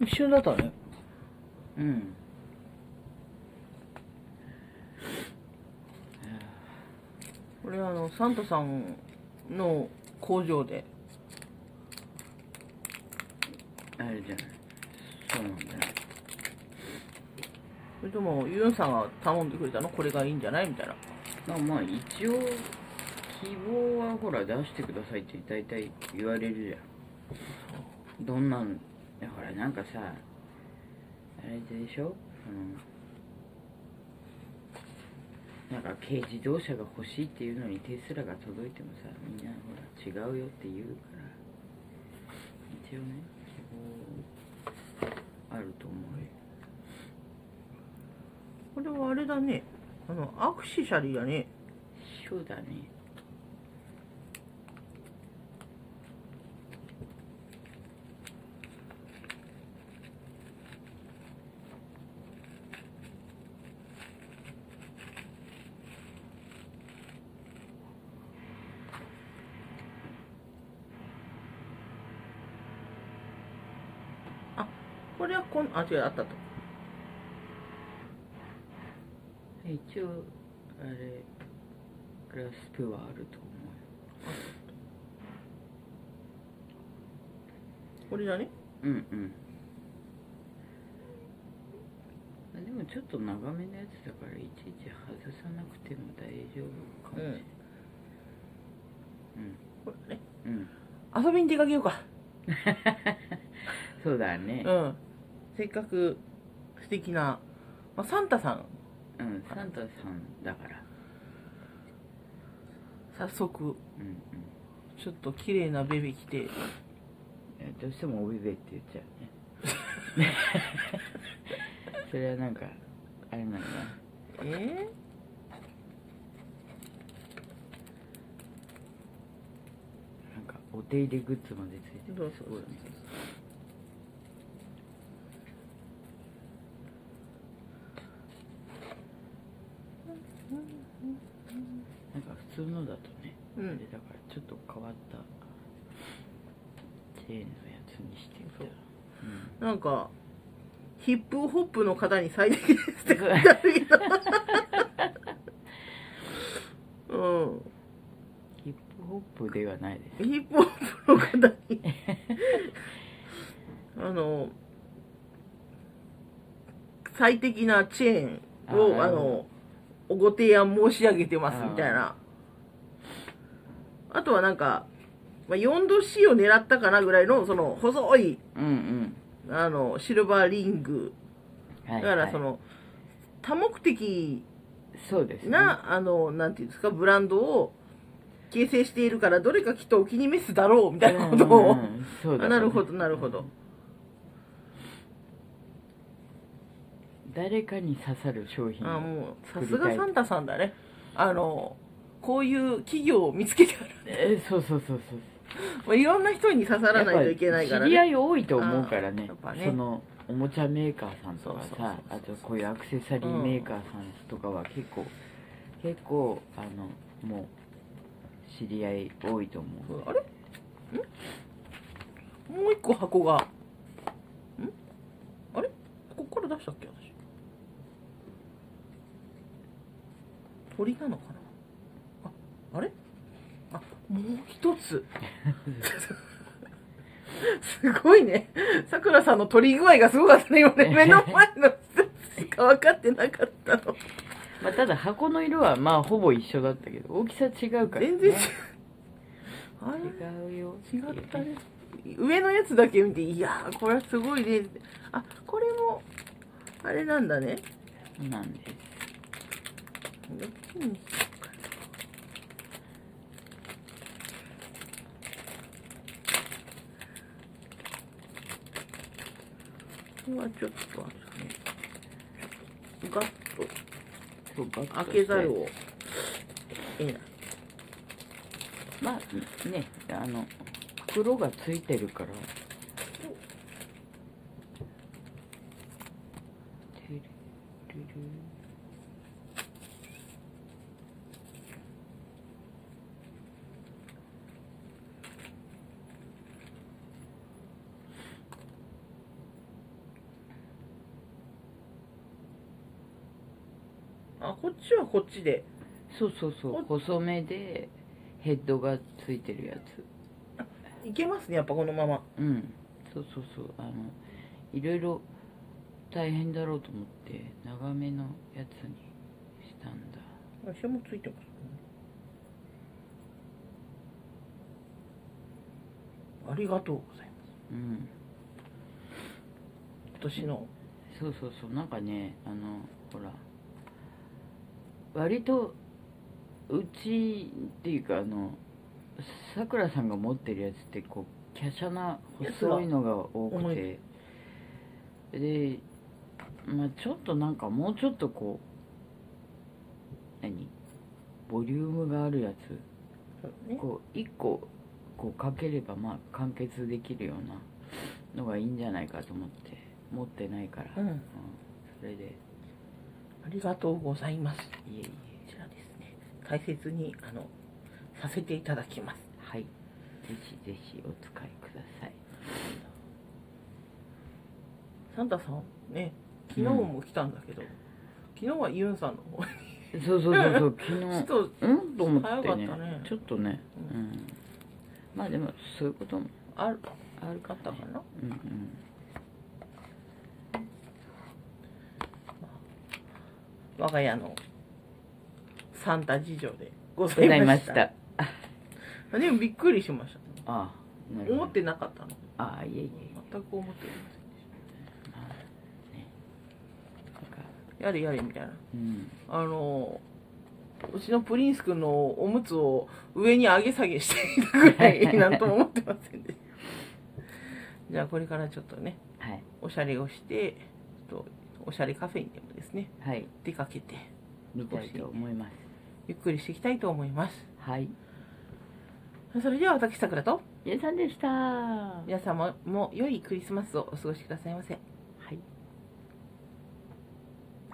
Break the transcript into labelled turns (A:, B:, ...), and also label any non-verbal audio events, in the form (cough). A: 一瞬だったね
B: うん
C: これあのサンタさんの工場で
B: あれじゃないそうなんだよ
C: それともユンさんが頼んでくれたのこれがいいんじゃないみたいな
B: まあまあ一応希望はほら出してくださいって大体言われるじゃんどんなんいやほらなんかさあれでしょそのなんか軽自動車が欲しいっていうのにテスラが届いてもさみんなほら違うよって言うから一応ね希望あると思うよ
C: これはあれだねあのアクセサリーだね
B: そうだね
C: これはこんあ違うあったと
B: 一応あれグラスプはあると思うよ
C: これだね
B: うんうんあでもちょっと長めのやつだからいちいち外さなくても大丈夫かもしれない
C: これね
B: うん、
C: 遊びに出かけようか
B: そうだね
C: うんせっかく素敵な、まあ、サンタさん
B: うん、サンタさんだから
C: 早速
B: うんうん
C: ちょっと綺麗なベビー着て
B: えどうしてもおべべって言っちゃ (laughs) うねそれはなんかあれなんだな
C: え
B: なんかお手入れグッズまでついて
C: ー、
B: て
C: どう
B: すごいねなんか普通のだとね
C: う
B: あれ
C: ん
B: だからちょっと変わったチェーンのやつにしてみたらう
C: なんかヒップホップの方に最適ですって書いてあるけど (laughs) うん
B: んヒップホップではないです
C: ヒップホップの方に (laughs) あの最適なチェーンを
B: あー
C: あのご提案申し上げてます
B: あー
C: みたいなあとはなんか、まあ、4度 C を狙ったかなぐらいのその細い
B: うんうん
C: あのシルバーリング
B: は
C: だ
B: い
C: からそ
B: はい
C: の多目的
B: そうですね
C: な、あのなんていうんですかブランドを形成しているからどれかきっとお気に召すだろうみたいなことを、
B: うんうんうんそうだ
C: あ
B: ね
C: なるほどなるほど
B: 誰かに刺さる商品
C: あもうさす
B: 作
C: が
B: りたい
C: サンタさんだねあのこういう企業を見つけてあ
B: えーそうそうそうそう
C: る (laughs) もういろんな人に刺さらないといけないから
B: やっぱ知り合
C: ね
B: い多いと思うから
C: あ
B: ね
C: ーやっぱね
B: そのおもちゃメーカーさんとかさ
C: そうそうそうそう
B: あとこういうアクセサリーメーカーさんとかは結構、結構あのもう知り合い多いと思う
C: あれんもう一個箱がんあれこっから出したっけ私鳥なのかなああれあもう一つすごいねさくらさんの取り具合がすごかったね今ね目の前の人しか分かってなかったの
B: まあ、ただ箱の色はまあほぼ一緒だったけど大きさ違うから、ね、
C: 全然違うあれ
B: 違うよ
C: 違ったね上のやつだけ見ていやーこれはすごいねあこれもあれなんだね
B: そうなんです
C: うんこれはちょっとあれだねガッと
B: そうバッグと
C: 開
B: して
C: けざるをえない
B: まあねあの袋がついてるからてるるる
C: ここっちはこっちで
B: そうそうそ
C: お
B: う細めでヘッドがついてるやつ
C: いけますねやっぱこのまま
B: うんそうそうそうあのいろいろ大変だろうと思って長めのやつにしたんだ
C: 私もついてますありがとうございます
B: うん
C: 私の
B: そうそうそうなんかねあのほら割とうちっていうかあのさくらさんが持ってるやつってこう華奢な細いのが多くてでまあちょっとなんかもうちょっとこう何ボリュームがあるやつ
C: そうね
B: こう1個こうかければまあ完結できるようなのがいいんじゃないかと思って持ってないから、
C: うん
B: うんそれでい
C: ありがとうございますこ
B: えいえ
C: ちらですね大切にあのさせていただきます
B: はいぜひぜひお使いください
C: サンタさんね昨日も来たんだけど、昨日はユンさんの方に
B: そうそうそうそう
C: ちょっ
B: 昨
C: と
B: 日うんと思ってね
C: 早かったね
B: ちょっとね、うんまあでもそういうことも
C: ある
B: ある
C: あ
B: か
C: ったかな
B: うんうん
C: 我が家のサンタ事情でござ
B: ござ
C: い
B: い
C: ま
B: ま
C: し
B: したた
C: でもびっくりしました
B: ああなるほど
C: 思ってなかったの
B: ああいえいえい
C: 全く思っておりませんでし
B: えまあねなんか
C: たやれやれみたいな
B: うん
C: あのうちのプリンス君のおむつを上に上げ下げしていたぐらいなんとも思ってませんでしたじゃあこれからちょっとね
B: はい
C: おしゃれをしてちょっとおしゃれカフェにでもですね
B: はい
C: 出かけて
B: 見たいと思います
C: ゆっくりしていきたいと思います
B: はい。
C: それでは私さくらと
B: ゆうさんでした。
C: 皆様も良いクリスマスをお過ごしくださいませ